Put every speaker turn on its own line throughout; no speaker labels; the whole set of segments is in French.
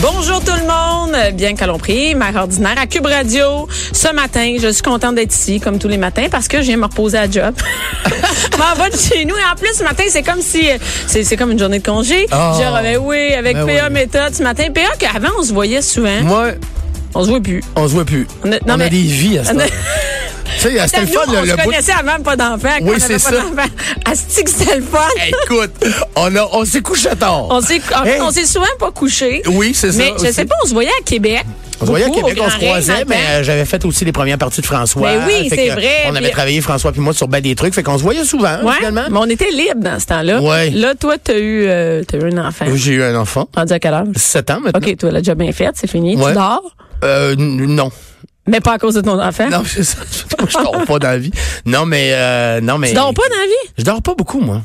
Bonjour tout le monde, bien que l'on prie, mère ordinaire à Cube Radio. Ce matin, je suis contente d'être ici, comme tous les matins, parce que je viens me reposer à job. M'en va de chez nous. Et en plus, ce matin, c'est comme si, c'est c'est comme une journée de congé.
Ah.
Genre, ben oui, avec
Ben
PA
oui. Hmm.
méthode ce matin. PA qu'avant, on se voyait souvent.
Moi,
On se voit plus.
on se voit plus.
On a- non,
on
mais-
a des vies à ce
On a-
moment. Tu sais, c'était le
Nous,
fun,
on
le, le
se
bout.
connaissait avant mais pas d'enfant. Quand
Oui,
on avait
c'est
pas
ça.
d'enfant. Asti que c'était le fun.
Écoute, on, a, on s'est couché tard.
On s'est, en fait,
Hey.
on s'est souvent pas couché.
Oui, c'est ça
Mais je
aussi.
sais pas, on se voyait à Québec.
On se voyait à
beaucoup, au
Québec, on se
Grand Rex,
croisait,
dans le
mais
temps.
euh, j'avais fait aussi les premières parties de François.
Mais Ben oui,
Fait
c'est
que
vrai,
On avait
puis-
travaillé, François puis moi, sur ben des trucs. Fait qu'on se voyait souvent,
Ouais,
finalement.
mais on était libre dans ce temps-là.
Ouais.
Là, toi, t'as eu, euh, t'as eu un enfant.
Oui, J'ai eu un enfant.
Rendu à quelle heure?
7 ans maintenant.
OK, toi, la job bien faite, c'est fini. Tu
Ouais.
dors,
Euh, n- non.
mais pas à cause de ton enfant.
Non, c'est ça. Je dors pas dans la vie. Non, mais... euh, non, mais
Tu dors pas dans la vie?
Je dors pas beaucoup, moi.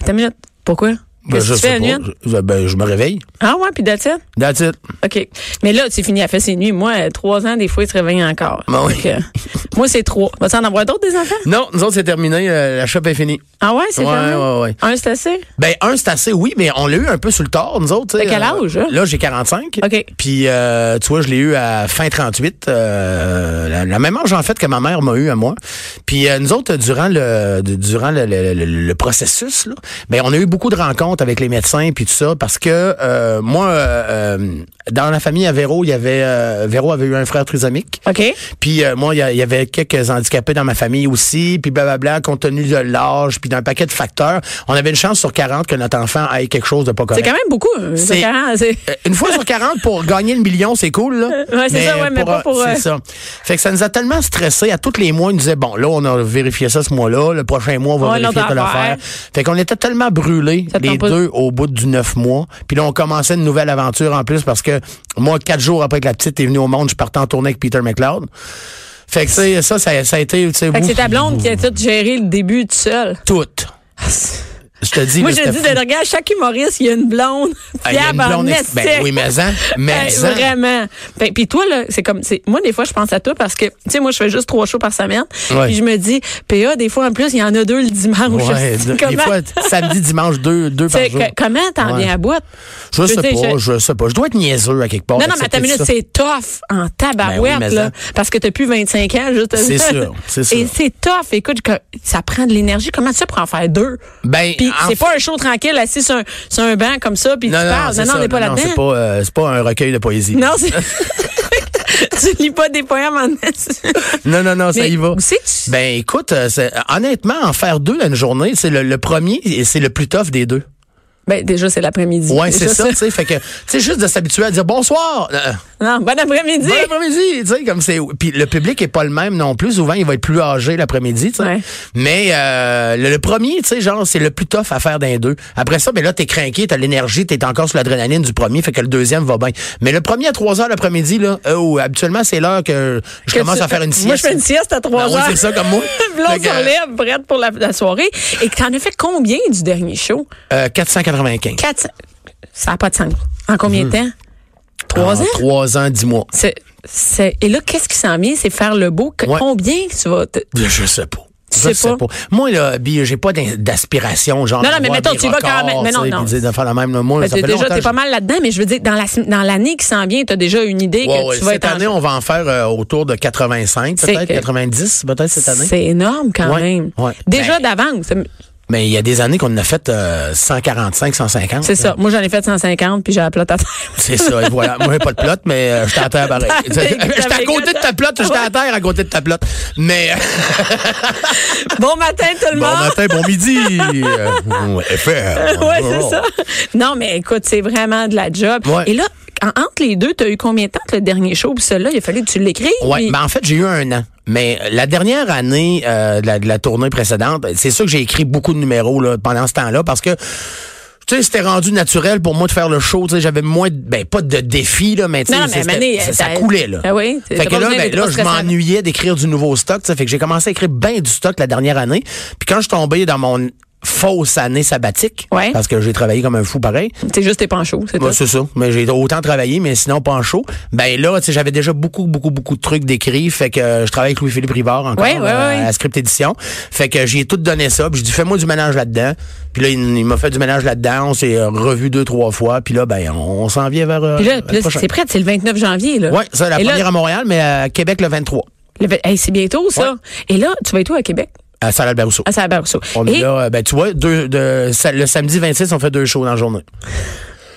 Attends une minute. Pourquoi?
Ben,
Qu'est-ce que
je
tu fais la
sais
nuit?
pas. Je- Ben, je me réveille.
Ah ouais, puis that's it?
That's it.
OK. Mais là, c'est fini, elle fait ses nuits. Moi, euh, trois ans, des fois, il se réveille encore.
Ben oui.
Fait que, moi, c'est trois. Vas-tu en avoir d'autres, des enfants?
Non, nous autres, c'est terminé. euh, la shop est finie.
Ah ouais, c'est
Ouais,
fermé?
ouais, ouais.
Un, c'est assez?
Ben, un, c'est assez, oui, mais on l'a eu un peu sur le tard, nous autres. tu sais.
T'as quel âge, hein?
Euh, Là, j'ai 45.
OK.
Puis, euh, tu vois, je l'ai eu à fin 38, euh, la, la même âge, en fait, que ma mère m'a eu à moi. Puis, euh, nous autres, durant le de- durant le, le- le- le processus, là, ben, on a eu beaucoup de rencontres avec les médecins, puis tout ça, parce que euh, moi, euh, euh, dans la famille à Véro, il y avait... euh, Véro avait eu un frère trisomique.
OK.
Puis euh, moi, il y a- il y, avait quelques handicapés dans ma famille aussi, puis blablabla, compte tenu de l'âge, puis d'un paquet de facteurs, on avait une chance sur 40 que notre enfant ait quelque chose de pas
C'est
correct.
quand même beaucoup. euh,
C'est-
c'est quarante, c'est-
Euh, Une fois sur 40 pour gagner le million, c'est cool, là.
Ouais, c'est ça, ouais, mais pas
euh,
pour, euh,
C'est ça. Fait que ça nous a tellement stressés. À tous les mois, ils nous disaient, bon, là, on a vérifié ça ce mois-là, le prochain mois, on va
Ouais,
vérifier
l'autre
telle
affaire.
affaire. Fait qu'on était tellement brûlés,
Ça te
les
tente pas-
deux, au bout du neuf mois. Puis là, on commençait une nouvelle aventure en plus parce que moi, quatre jours après que la petite est venue au monde, je partais en tournée avec Peter McLeod. Fait que, tu sais, ça, ça, ça a été, tu sais,
Fait que c'est
ouf,
ta blonde qui a tout géré le début toute seule.
tout. Je te dis,
Moi,
là,
je
c'était
dis,
fou.
de regarde, chaque humoriste, il y a une blonde.
Ah, il y a une
fiable en
blonde-
esti.
ben, oui, mais en, mais
Hey,
en.
vraiment. Ben, Puis toi, là, c'est comme. c'est- Moi, des fois, je pense à toi parce que, tu sais, moi, je fais juste trois shows par semaine.
Ouais.
Puis je me dis, PA, des fois, en plus, il y en a deux le dimanche.
Ouais,
C'est
de- des
comment-
fois, samedi, dimanche, deux, deux
tu
par
sais,
jour.
que- comment t'en
Ouais.
viens à bout?
Je sais
veux dire, je-
pas, je sais pas. Je dois être niaiseux à quelque part.
Non, non, mais ta
d'accepter
minute,
ça.
c'est tough en tabarouette,
Ben oui, mais
là.
en-
Parce que t'as plus 25 ans, juste.
C'est sûr, c'est sûr.
Et c'est tough. Écoute, que- ça prend de l'énergie. Comment tu fais pour en faire deux?
Ben,
Puis
en
c'est
fait-
pas un show tranquille, assis sur un, sur un banc comme ça, puis tu
Non, non,
parles.
c'est
Non, non,
ça.
on n'est pas
Non, C'est
là-dedans.
pas, euh, c'est pas un recueil de poésie.
Non, c'est. tu lis pas des poèmes en
Non, non, non, ça
Mais
y va.
où c'est que tu-
Ben, écoute, euh, c'est- honnêtement, en faire deux dans une journée, c'est le, le premier et c'est le plus tough des deux.
Ben, déjà, c'est l'après-midi.
Ouais,
Déjà,
c'est ça, tu sais. Fait que, tu sais, juste de s'habituer à dire bonsoir. euh,
Non, bon après-midi.
Bon après-midi, tu sais, comme c'est. Puis le public est pas le même non plus. Souvent, il va être plus âgé l'après-midi, tu sais.
Ouais.
Mais euh, le, le premier, tu sais, genre, c'est le plus tough à faire d'un deux. Après ça, ben là, t'es craqué, t'as l'énergie, t'es encore sur l'adrénaline du premier, fait que le deuxième va bien. Mais le premier à 3 heures l'après-midi, là, euh, oh, habituellement, c'est l'heure que je
Que
commence
tu-
à faire une sieste.
Moi, je fais une sieste à 3
Ben oui,
heures.
c'est ça, comme moi.
Puis là, on
Fait que,
se relève, prête pour la, la soirée. Et t'en as fait combien du dernier show?
euh, 495.
400. Ça n'a pas de sens. En combien de temps? 3 ans?
3 Ah, ans, 10 mois.
C'est, c'est- Et là, qu'est-ce qui s'en vient? C'est faire le beau. Que-
Ouais.
Combien tu vas. te-
Je sais pas.
Tu
Je
sais
sais,
pas.
pas. Moi, là, Bi, j'ai pas d'in- d'aspiration, genre.
Non, non, mais
d'avoir
mettons,
des
tu vas quand
records,
même. Mais non,
tu sais,
non.
puis de faire la même, là, moi,
Ben,
ça
t'es
fait
déjà,
longtemps
t'es
que
pas mal là-dedans, mais je veux dire, dans, la, sem- dans l'année qui s'en vient, t'as déjà une idée
Ouais,
que
ouais.
tu vas
Cette
être en-
année, on va en faire euh, autour de 85,
C'est
peut-être,
que-
90, peut-être cette année.
C'est énorme quand
Ouais,
même.
ouais.
Déjà
Ben-
d'avance.
Mais il y a des années qu'on en a fait euh, 145, 150.
C'est ça. Moi, j'en ai fait 150, puis j'ai la plate à terre.
C'est ça, et voilà. Moi, j'ai pas de plot, mais euh, j'étais à terre pareil.
T'avais-
J'étais à côté de ta plot, j'étais à terre à côté de ta plot. Mais euh,
Bon matin, tout le
bon
monde!
matin, bon midi. Euh, ouais, FR.
ouais, c'est ça. Non, mais écoute, c'est vraiment de la job.
Ouais.
Et là, en- entre les deux, t'as eu combien de temps entre le dernier show puis celui-là? Il a fallu que tu l'écris.
Ouais,
puis-
ben en fait, j'ai eu un an. Mais euh, la dernière année euh, de, la, de la tournée précédente, ben, c'est sûr que j'ai écrit beaucoup de numéros là, pendant ce temps-là parce que tu sais, c'était rendu naturel pour moi de faire le show. Tu sais, j'avais moins, de- ben pas de défis là, mais tu sais,
Non, non, mais
c'était-
Mané,
ça,
t'as-
ça coulait là.
Ah oui, t'as
fait que
pas
là,
besoin
ben,
d'être
là,
trop
je
stressant.
m'ennuyais d'écrire du nouveau stock. tu sais, Fait que j'ai commencé à écrire bien du stock la dernière année. Puis quand je suis tombé dans mon fausse année sabbatique.
Ouais.
Parce que j'ai travaillé comme un fou pareil.
T'es juste tes panchots, c'est
Moi,
tout.
Bah, c'est ça. Mais j'ai autant travaillé, mais sinon pas en show. Ben là, tu sais, j'avais déjà beaucoup, beaucoup, beaucoup de trucs d'écrits. Fait que euh, je travaille avec Louis-Philippe Rivard encore
Ouais, ouais,
euh,
ouais.
à Script Édition. Fait que j'ai tout donné ça. Puis j'ai dit, fais-moi du ménage là-dedans. Puis là, il, il m'a fait du ménage là-dedans. On s'est euh, revu deux, trois fois. Puis là, ben, on, on s'en vient vers. euh,
Puis là,
le
puis là,
prochain.
c'est prêt, c'est le 29 janvier. Là.
Ouais, ça, la
Et là,
première à Montréal, mais à Québec le 23.
le- hey, c'est bientôt, ça.
Ouais.
Et là, tu vas être où à Québec?
À Salle Albert Rousseau.
À Saint-Barroso.
On
Ah,
est
Et
là, euh, ben, tu vois, deux, de, sa- le samedi 26, on fait deux shows dans la journée.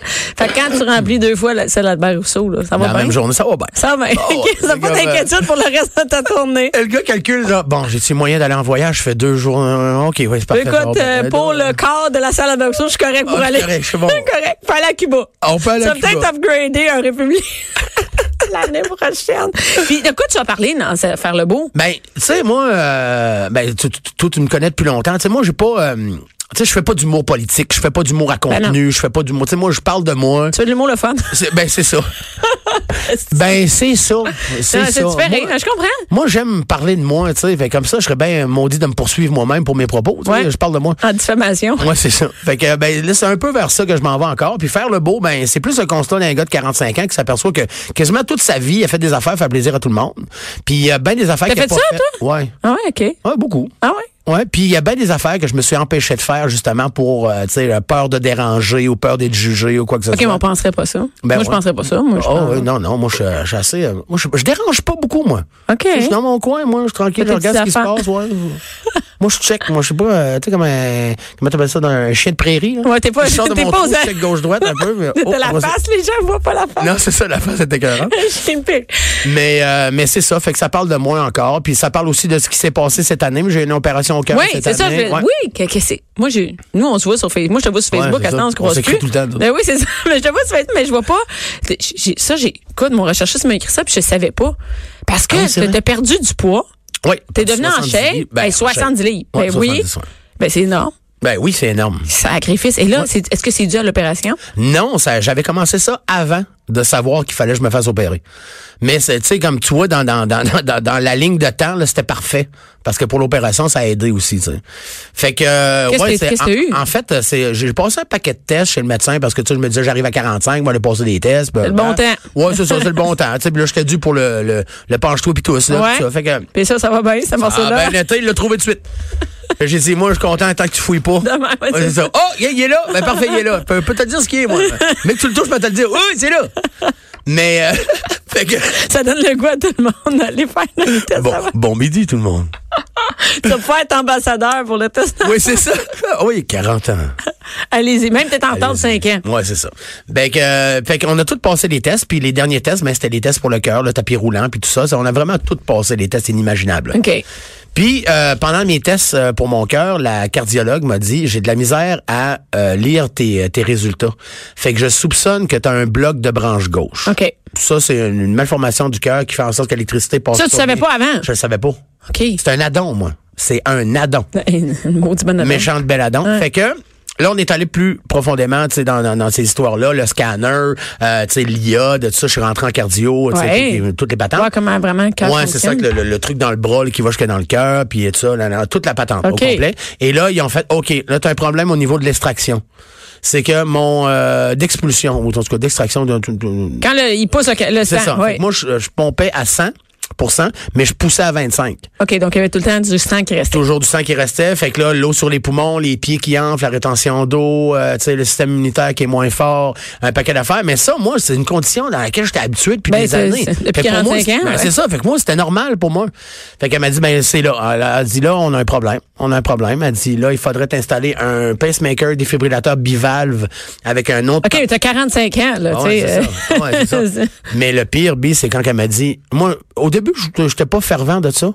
fait que quand tu remplis deux fois la- celle d'Albert Rousseau, là, ça
Dans
va
la
bien?
même journée, ça va bien.
Ça va bien.
Oh,
OK, ça
c'est
pas
comme, euh,
d'inquiétude pour le reste de ta tournée.
Et Le gars calcule, genre, bon, j'ai-tu moyen d'aller en voyage? Je fais deux jours. euh, OK, ouais, c'est parfait. ben, ça va
Écoute,
bien.
euh, pour le corps de la salle à Rousseau, je suis correct pour
Ah, je suis
aller.
correct, je suis bon.
correct. Faut aller à Cuba.
On peut aller
Ça
à
va
Cuba.
peut-être upgrader en République l'année prochaine. Puis de quoi tu vas parler dans ce- Faire le beau?
Ben, tu sais, moi, euh, ben, tu- tu- toi, tu me connais depuis longtemps. Tu sais, moi, j'ai pas. euh, tu sais, je fais pas d'humour politique, je fais pas d'humour à
Ben non.
contenu, je fais pas d'humour. Tu sais, moi, je parle de moi.
Tu veux de l'humour le fun?
C'est- Ben, c'est ça. ben, c'est ça. C'est
Non,
ça.
tu fais rire,
Moi-
je comprends.
Moi, j'aime parler de moi, tu sais. Fait Comme ça, je serais bien maudit de me poursuivre moi-même pour mes propos. tu sais.
Ouais.
Je parle de moi.
En diffamation.
Moi, c'est ça. Fait que, ben, là, c'est un peu vers ça que je m'en vais encore. Puis faire le beau, ben, c'est plus le constat d'un gars de 45 ans qui s'aperçoit que quasiment toute sa vie, il a fait des affaires, faire plaisir à tout le monde. Puis il y a ben des affaires
T'as
qu'il a
fait
pas
ça,
faites. Ouais.
Ah ouais, OK.
Ouais, beaucoup.
Ah ouais?
Ouais, puis il y a bien des affaires que je me suis empêché de faire justement pour euh, tu sais la peur de déranger ou peur d'être jugé ou quoi que ce
OK, mais
soit.
on penserait pas ça. moi, je
Ben ouais.
penserais pas ça. Moi, je
oh,
pense-
ouais, non non, moi je suis- je suis assez euh, moi je, je dérange pas beaucoup moi.
OK.
Je suis dans mon coin, moi, je suis tranquille,
Fais
je
tes
regarde ce qui se
petites affaires.
passe, ouais. moi, je check, moi, je sais pas, euh, tu sais, comme un, comment t'appelles ça, dans un chien de prairie, là.
Ouais, t'es pas-
Je sors de
t'es
mon
pas
trou,
aux-
je check gauche-droite un peu, mais,
T'as
oh,
la
voici-
face, les gens voient pas la face.
Non, c'est ça, la face était écœurante.
J'ai une pique.
Mais, euh, mais c'est ça, fait que ça parle de moi encore, puis ça parle aussi de ce qui s'est passé cette année, mais j'ai une opération au cœur
Oui,
cette
c'est
année.
ça. je-
Ouais.
Oui, que, que c'est. Moi, j'ai. Nous, on se voit sur Facebook. Moi, je te vois sur
Ouais,
Facebook.
c'est ça.
Attends, on se
On
croise
s'écrit
plus.
tout le temps, nous.
Ben oui, c'est ça. Mais je te vois sur Facebook, mais je vois pas. J'ai- Ça, j'ai. Écoute, mon recherchiste m'a écrit ça, puis je savais pas. Parce que
Ah oui, c'est
t'as-
vrai.
t'as perdu du poids.
Oui.
T'es devenu en
70
shape.
livres.
Ben,
en
70
shape.
livres.
Ouais,
Ben oui.
70, ouais.
Ben, c'est énorme.
Ben oui, c'est énorme.
Sacrifice. Et là, c'est- est-ce que c'est dû à l'opération?
Non, ça, j'avais commencé ça avant de savoir qu'il fallait que je me fasse opérer. Mais c'est, tu sais, comme tu vois, dans, dans, dans, dans, dans la ligne de temps, là, c'était parfait. Parce que pour l'opération, ça a aidé aussi, tu sais. Fait que, euh,
Qu'est-ce que-
c'est-
qu'est-ce que t'as eu?
en, en fait, c'est, j'ai passé un paquet de tests chez le médecin parce que, tu sais, je me disais, j'arrive à 45, moi, de passer des tests. C'est
le bon temps.
Ouais, c'est ça, c'est le bon temps. Tu sais, puis là, j'étais dû pour le, le, le penche-toi pis tous, là.
ouais.
tout ça. Fait que,
Puis ça, ça va bien, ça
ah,
morceau-là.
ben, l'été, il l'a trouvé de suite. J'ai dit, moi, je suis content tant que tu fouilles pas.
Demain, ouais,
Ouais,
c'est
c'est ça. Oh, il est- il est là. Ben, parfait, il est là. Je peux, peux te le dire ce qu'il est, moi. Mais que tu le touches, je peux te le dire. Oui, c'est là. Mais, euh, fait que.
ça donne le goût à tout le monde d'aller faire le test.
Bon,
Ça va.
bon midi, tout le monde.
Tu vas pouvoir être ambassadeur pour le test.
Oui, c'est ça. Ah Oui, 40 ans.
Allez-y, même peut-être en temps de 5 ans.
Ouais, c'est ça. Ben que, euh, fait qu'on a tous passé les tests, puis les derniers tests, ben, c'était les tests pour le cœur, le tapis roulant, puis tout ça. Ça, On a vraiment tous passé les tests inimaginables. là.
OK.
Puis, euh, pendant mes tests euh, pour mon cœur, la cardiologue m'a dit, j'ai de la misère à euh, lire tes, tes résultats. Fait que je soupçonne que tu as un bloc de branche gauche.
OK.
Ça, c'est une, une malformation du cœur qui fait en sorte que l'électricité passe.
Ça, tu
sur les-
savais pas avant?
Je le savais pas.
OK.
C'est un addon, moi. C'est un addon.
Une maudite bonne nouvelle.
Méchante belle addon. Fait que... Là, on est allé plus profondément, tu sais, dans, dans, dans ces histoires-là, le scanner, euh, tu sais, l'IA, de tout ça, je suis rentré en cardio, tu sais,
Ouais.
toutes les- toutes les patentes.
Voir comment vraiment le cœur
Ouais, c'est ça,
fonctionne.
que le, le- le truc dans le bras là, qui va jusque dans le cœur, puis tout ça, là, là, toute la patente
OK.
au complet. Et là, ils ont fait, OK, là, t'as un problème au niveau de l'extraction. C'est que mon euh, d'expulsion, ou en tout cas d'extraction, de- de- de-
Quand le- il pousse le, le sang.
c'est ça. Fait
ouais.
que Moi, je, je pompais à 100 mais je poussais à 25.
OK, donc il y avait tout le temps du sang qui restait.
Toujours du sang qui restait, fait que là, l'eau sur les poumons, les pieds qui enflent, la rétention d'eau, euh, tu sais, le système immunitaire qui est moins fort, un paquet d'affaires. Mais ça, moi, c'est une condition dans laquelle j'étais habitué depuis
Ben,
des
c'est-
années.
c'est-
Fait
depuis
que pour moi,
45 ans,
c'est- ben,
ouais.
c'est ça. Fait que moi, c'était normal pour moi. Fait qu'elle m'a dit, ben, c'est là. Elle a dit, là, on a un problème. On a un problème. Elle dit, là, il faudrait t'installer un pacemaker défibrillateur bivalve avec un autre
OK, t'as 45 ans, là,
ah
tu
ouais,
sais. euh,
c'est ça. Ouais, c'est ça. Mais le pire, B, c'est quand elle m'a dit. Moi, au début, je n'étais pas fervent de ça.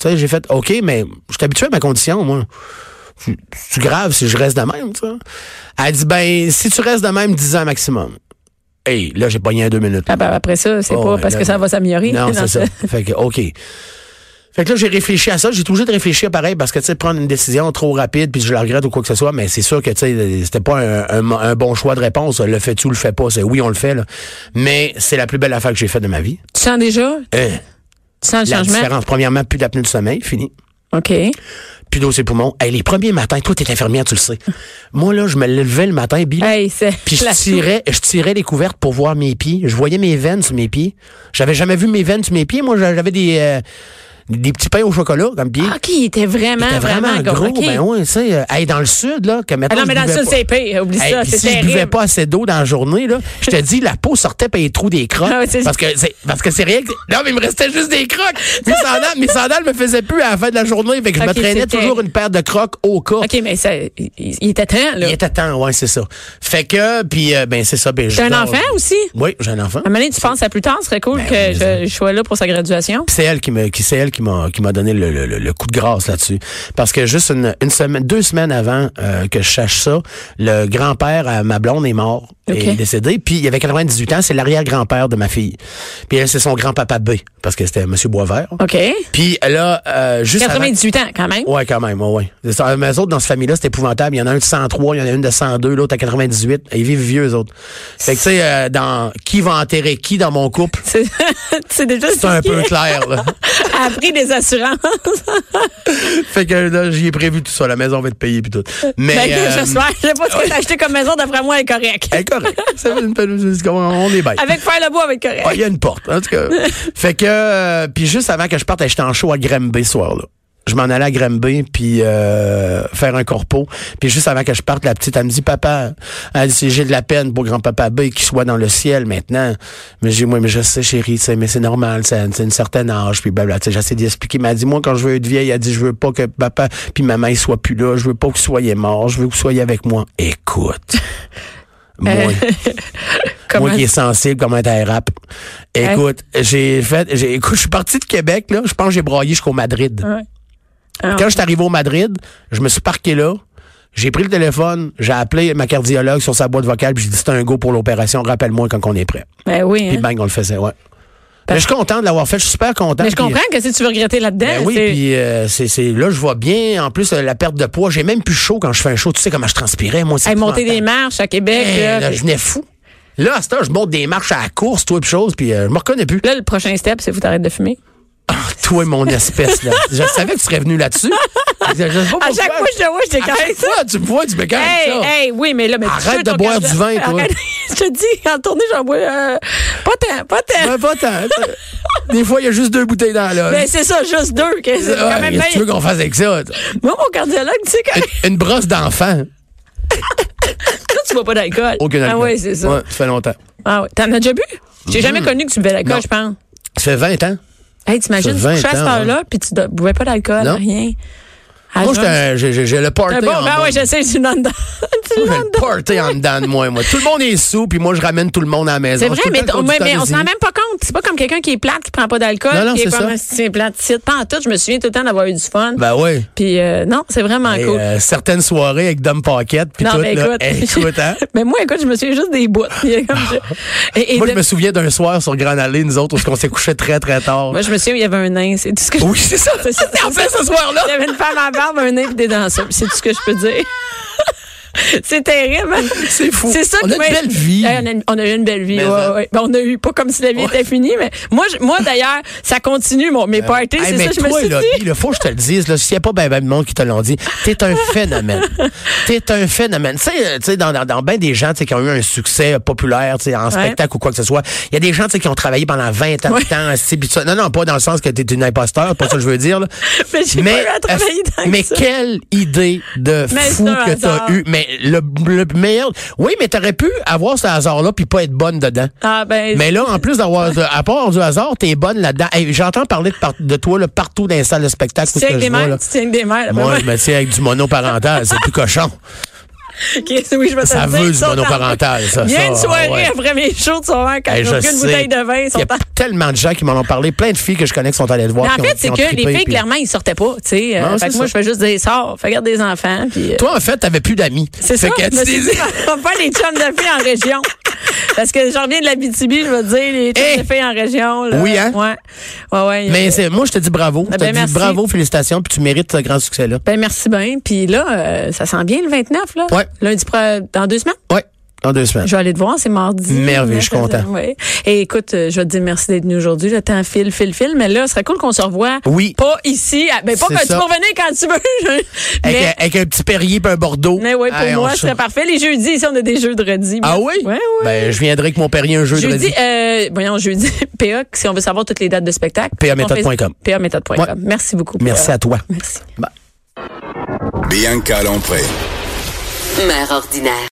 Tu sais, j'ai fait OK, mais je suis habitué à ma condition, moi. C'est- C'est grave si je reste de même, tu sais. Elle dit ben, si tu restes de même 10 ans maximum. Hey, là, j'ai pogné un deux minutes.
Ah, ben, après ça, c'est
Oh,
pas
ouais,
parce
là,
que ça va s'améliorer.
Non,
Non,
c'est ça.
c'est-
Fait que, OK. Fait que là, j'ai réfléchi à ça. J'ai toujours de réfléchir pareil parce que, tu sais, prendre une décision trop rapide puis je la regrette ou quoi que ce soit, mais c'est sûr que, tu sais, c'était pas un, un- un bon choix de réponse. Le fais-tu ou le fais pas? C'est oui, on le fait, là. Mais c'est la plus belle affaire que j'ai faite de ma vie.
Tu sens déjà?
Euh,
Tu sens le
la
changement?
différence, premièrement, plus d'apnée du sommeil, fini.
OK.
plus d'eau ses poumons. Hey, les premiers matins, toi, t'es infirmière, tu le sais. Moi, là, je me levais le matin, Bill,
Hey, c'est
puis je
la-
tirais, je tirais les couvertes pour voir mes pieds. Je voyais mes veines sur mes pieds. J'avais jamais vu mes veines sur mes pieds. Moi, j'avais des, euh, des petits pains au chocolat comme pieds.
Ah, OK, il était vraiment,
C'était
vraiment,
gros.
OK.
Ben ouais, tu sais, euh, hey, dans le sud, là, que
Ah
maintenant.
non, mais dans le sud, c'est pire. Oublie ça, c'est
si je
terrible.
buvais pas assez d'eau dans la journée, là, je te dis, la peau sortait par les trous des crocs.
Ah ouais, c'est-
parce que c'est, parce que c'est réel. Non, mais il me restait juste des crocs. Mes sandales, mes sandales me faisaient plus à la fin de la journée. Fait que je me
Ok,
traînais
c'était-
toujours une paire de crocs au cas.
OK, mais ça, il, il était temps, là.
Il était temps, ouais, c'est ça. Fait que, puis, euh, ben, c'est ça. Ben,
T'as un enfant aussi?
Oui, j'ai un enfant.
À un moment donné, tu penses à plus tard, ce serait cool
Ben oui,
que je, je sois là pour sa graduation.
Puis c'est elle qui me qui c'est elle qui m'a qui m'a donné le, le- le- le coup de grâce là-dessus parce que juste une, une semaine deux semaines avant euh, que je sache ça le grand-père à ma blonde est mort
Ok.
et est décédé puis il avait 98 ans c'est l'arrière-grand-père de ma fille puis elle c'est son grand-papa B parce que c'était monsieur Boisvert
OK.
puis là euh, juste avant-
98 ans, quand même.
Ouais, quand même, ouais, ouais. C'est ça. Mais eux autres, dans cette famille-là, c'est épouvantable. Il y en a un de 103, il y en a une de 102, l'autre à 98. Ils vivent vieux, eux autres. Fait que, tu sais, euh, dans qui va enterrer qui dans mon couple,
C'est c'est déjà
c'est un peu clair, là.
a pris des assurances.
Fait que là, j'y ai prévu tout ça. La maison va être payée puis tout. Mais
Ben,
euh,
J'espère. Je sais pas ce que t'as acheté comme maison, d'après moi, elle est correcte.
elle est correcte. Ça fait une peine, c'est comme On est bête.
Avec Faire le bois, elle est correcte.
Ah, il y a une porte. En tout cas. fait que euh, puis juste avant que je parte, j'étais en show à Grimby ce soir là. Je m'en allais à Grimby puis euh, faire un corpo. Puis juste avant que je parte, la petite elle me dit papa, elle dit j'ai de la peine pour grand-papa B qu'il soit dans le ciel maintenant. Mais j'ai moi mais je sais chérie, tu sais, mais c'est normal, c'est c'est une certaine âge puis blabla. Tu sais, j'essaie d'expliquer. Mais elle dit moi quand je veux être vieille, elle dit je veux pas que papa puis maman ils soient plus là, je veux pas que vous soyez morts, je veux que vous soyez avec moi. Écoute. moi, moi
Comment-
qui est sensible comme un taille rap. Écoute, j'ai fait, j'ai, écoute, je suis parti de Québec, là. Je pense que j'ai broyé jusqu'au Madrid.
Ouais. Ah.
Quand je suis arrivé au Madrid, je me suis parqué là. J'ai pris le téléphone, j'ai appelé ma cardiologue sur sa boîte vocale, puis j'ai dit c'est un go pour l'opération, rappelle-moi quand on est prêt.
Ben oui. hein.
Puis bang, on le faisait, ouais. Mais je suis content de l'avoir fait, je suis super content.
Mais je
puis- euh,
comprends que si tu veux regretter là-dedans,
Ben oui,
c'est-
puis euh, c'est, c'est- là je vois bien. En plus euh, la perte de poids, j'ai même plus chaud quand je fais un show. Tu sais comment je transpirais, moi. c'est
Hey, monter des
épouvantable.
marches à Québec.
Hey,
là,
Eh, là, je venais fou. Là, à ce temps, je monte des marches à la course, toi, pis chose, puis euh, je me reconnais plus. Ah,
Là, le prochain step, c'est faut t'arrêtes de fumer.
Toi, mon espèce, là. je savais que tu serais venu là-dessus. Je, je sais pas
À chaque
pourquoi.
fois, je te vois, je
À chaque
t'écarte.
fois, tu me vois, tu me calmes
Hey,
ça.
hey, oui, mais là, mais tu
Arrête
sais,
de
ton
boire
cas-
du vin, toi.
Arrête. je te dis, en tournée, j'en bois euh, pas tant, pas tant.
Ben, va-t'en. Des fois, il y a juste deux bouteilles dans la Ah,
mais c'est ça, juste deux. Que Ben, c'est quand même
Qu'est-ce que tu
bien.
veux qu'on fasse avec ça? toi?
Moi, mon cardiologue, tu sais, quand
Une brosse d'enfant.
toi, tu bois pas d'alcool.
Aucun
Ah
alcool.
oui, c'est ça.
Ouais, ça fait longtemps.
Ah oui. T'en as déjà bu? J'ai jamais connu que tu buvais d'alcool,
Non.
je pense.
Ça fait 20 ans.
Hey,
Ça
t'imagines,
fait
tu couchais à
20
cette
ans, hein.
heure-là, puis tu ne buvais pas d'alcool,
Non.
rien. Ah,
Moi,
je-
j'étais un- j'ai j'ai- j'ai le party.
Ben
en
bon, ben
bas.
ouais, je sais, tu l'as dedans. Tu
Moi,
l'as
j'ai le
dedans.
party en dedans de moi, moi. Tout le monde est sous, puis moi, je ramène tout le monde à la maison.
C'est
Je
vrai,
suis tout le
mais,
temps le
mais-
conducteur
mais on
désigné.
s'en rend même pas compte. C'est pas comme quelqu'un qui est plate, qui prend pas d'alcool,
Non, non,
qui est
c'est
comme
ça.
un c'est plate, c'est pas en tout. Je me souviens tout le temps d'avoir eu du fun.
Ben oui.
Puis euh, non, c'est vraiment
Et,
cool.
euh, certaines soirées avec Dom Paquette puis
non,
tout
mais
là.
écoute.
Hey, écoute, hein? Ah.
mais moi, écoute, je me souviens juste des bouts. Il y a comme je- et- et
Moi,
de-
je me souviens d'un soir sur Grand Allée, nous autres, où on s'est couché très, très tard.
moi, je me souviens, il y avait un nain, c'est tout ce que je
Oui, c'est ça.
C'est ça,
C'était en
c'est
fait
ça.
ce soir-là.
Il y avait une femme à barbe, un nain et des danseurs. C'est tout ce que je peux dire. C'est terrible. hein.
C'est fou.
C'est ça
On
que
a une
ouais.
belle vie.
Hey, on, a, une- on a eu une belle vie.
Mais
ouais,
ça.
ouais. Ben, on a eu pas comme si la vie était finie, mais moi, je- moi d'ailleurs, ça continue mon, mes parties.
Ben Hey,
c'est
mais
ça, je me
toi,
suis
là,
dit.
il faut que je te le dise, là, s'il n'y a pas ben, ben de monde qui te l'ont dit, t'es un phénomène. t'es un phénomène. Tu sais, euh, tu sais, dans, dans, dans ben des gens, tu sais, qui ont eu un succès euh, populaire, tu sais, en spectacle ou quoi que ce soit, il y a des gens, tu sais, qui ont travaillé pendant 20 ans de
Ouais.
temps, tu sais, puis ça- non, non, pas dans le sens que t'es une imposteur, pas ça que je veux dire, là.
Mais j'ai pas eu à travailler
euh,
tant que
mais
ça.
quelle idée de
Mais
fou
c'est un
que t'as
hasard.
eu. Mais le, le meilleur, oui, mais t'aurais pu avoir ce hasard-là puis pas être bonne dedans.
Ah, ben,
Mais là, en plus d'avoir, de- à part du hasard, t'es bonne là-dedans. Hey, J'entends parler de, par- de toi là, partout dans les salles de spectacle.
tu
où
tiens
que
avec des
je vois, là.
mères. Tu tiens avec des mères. Ben,
Moi,
après
je me tiens avec du monoparental, c'est plus cochon.
Ok, oui, je vais te
Ça
le dire,
veut
ils
du
sont en-
monoparental, ça,
Il y
ça,
a une soirée
ouais.
après mes shows, tu vas voir, quand
Hey,
j'ai
je
pris une
sais.
bouteille de vin, ils sont
Il y a
en-
tellement de gens qui m'en ont parlé, plein de filles que je connais qui sont allées te voir.
Mais en
qui ont-
fait,
qui
c'est
ont
que les
trippé,
filles,
puis-
clairement, ils sortaient pas, tu sais. euh,
Non,
fait
c'est
que moi,
ça.
je fais juste des sorts. Fait garder des enfants, puis. euh,
Toi, en fait, t'avais plus d'amis.
C'est ça.
Fait que tu
Mais
les-
c'est ça. On va pas les chums de filles en région. Parce que j'en reviens de la BTB, je veux dire, les chums
Hey!
de filles en région. là.
Oui, hein?
Ouais. Ouais, ouais.
Mais c'est, moi, je te dis bravo.
euh, Ah,
je te
ben,
dis
merci.
bravo, félicitations, puis tu mérites ce grand succès-là.
Ben, merci bien. Puis là, euh, ça sent bien le 29, là.
Ouais.
Lundi, pro- dans deux semaines?
Ouais. Dans deux semaines.
Je vais aller te voir, c'est mardi.
Merveilleux, je suis content.
Ouais. Et écoute, euh, je vais te dire merci d'être venu aujourd'hui. Le temps file, file, file. Mais là, ce serait cool qu'on se revoie.
Oui.
Pas ici. à- Ben, pas
C'est
que tu
ça.
peux revenir quand tu veux. je-
Avec,
mais,
avec un petit Perrier puis un Bordeaux.
mais oui, pour
Hey, on
moi,
se-
ce serait parfait. Les jeudis, ici, on a des jeux de redis.
Ah
Mais-
oui?
Ouais, ouais.
Ben, je viendrai avec mon Perrier un jeudi.
Jeudi, euh, voyons, jeudi, PA, si on veut savoir toutes les dates de spectacle.
PAméthode.com.
PAméthode.com.
Ouais.
Merci beaucoup.
Merci
PA.
à toi.
Merci.
Bye.
Bianca Lompré.
mère ordinaire.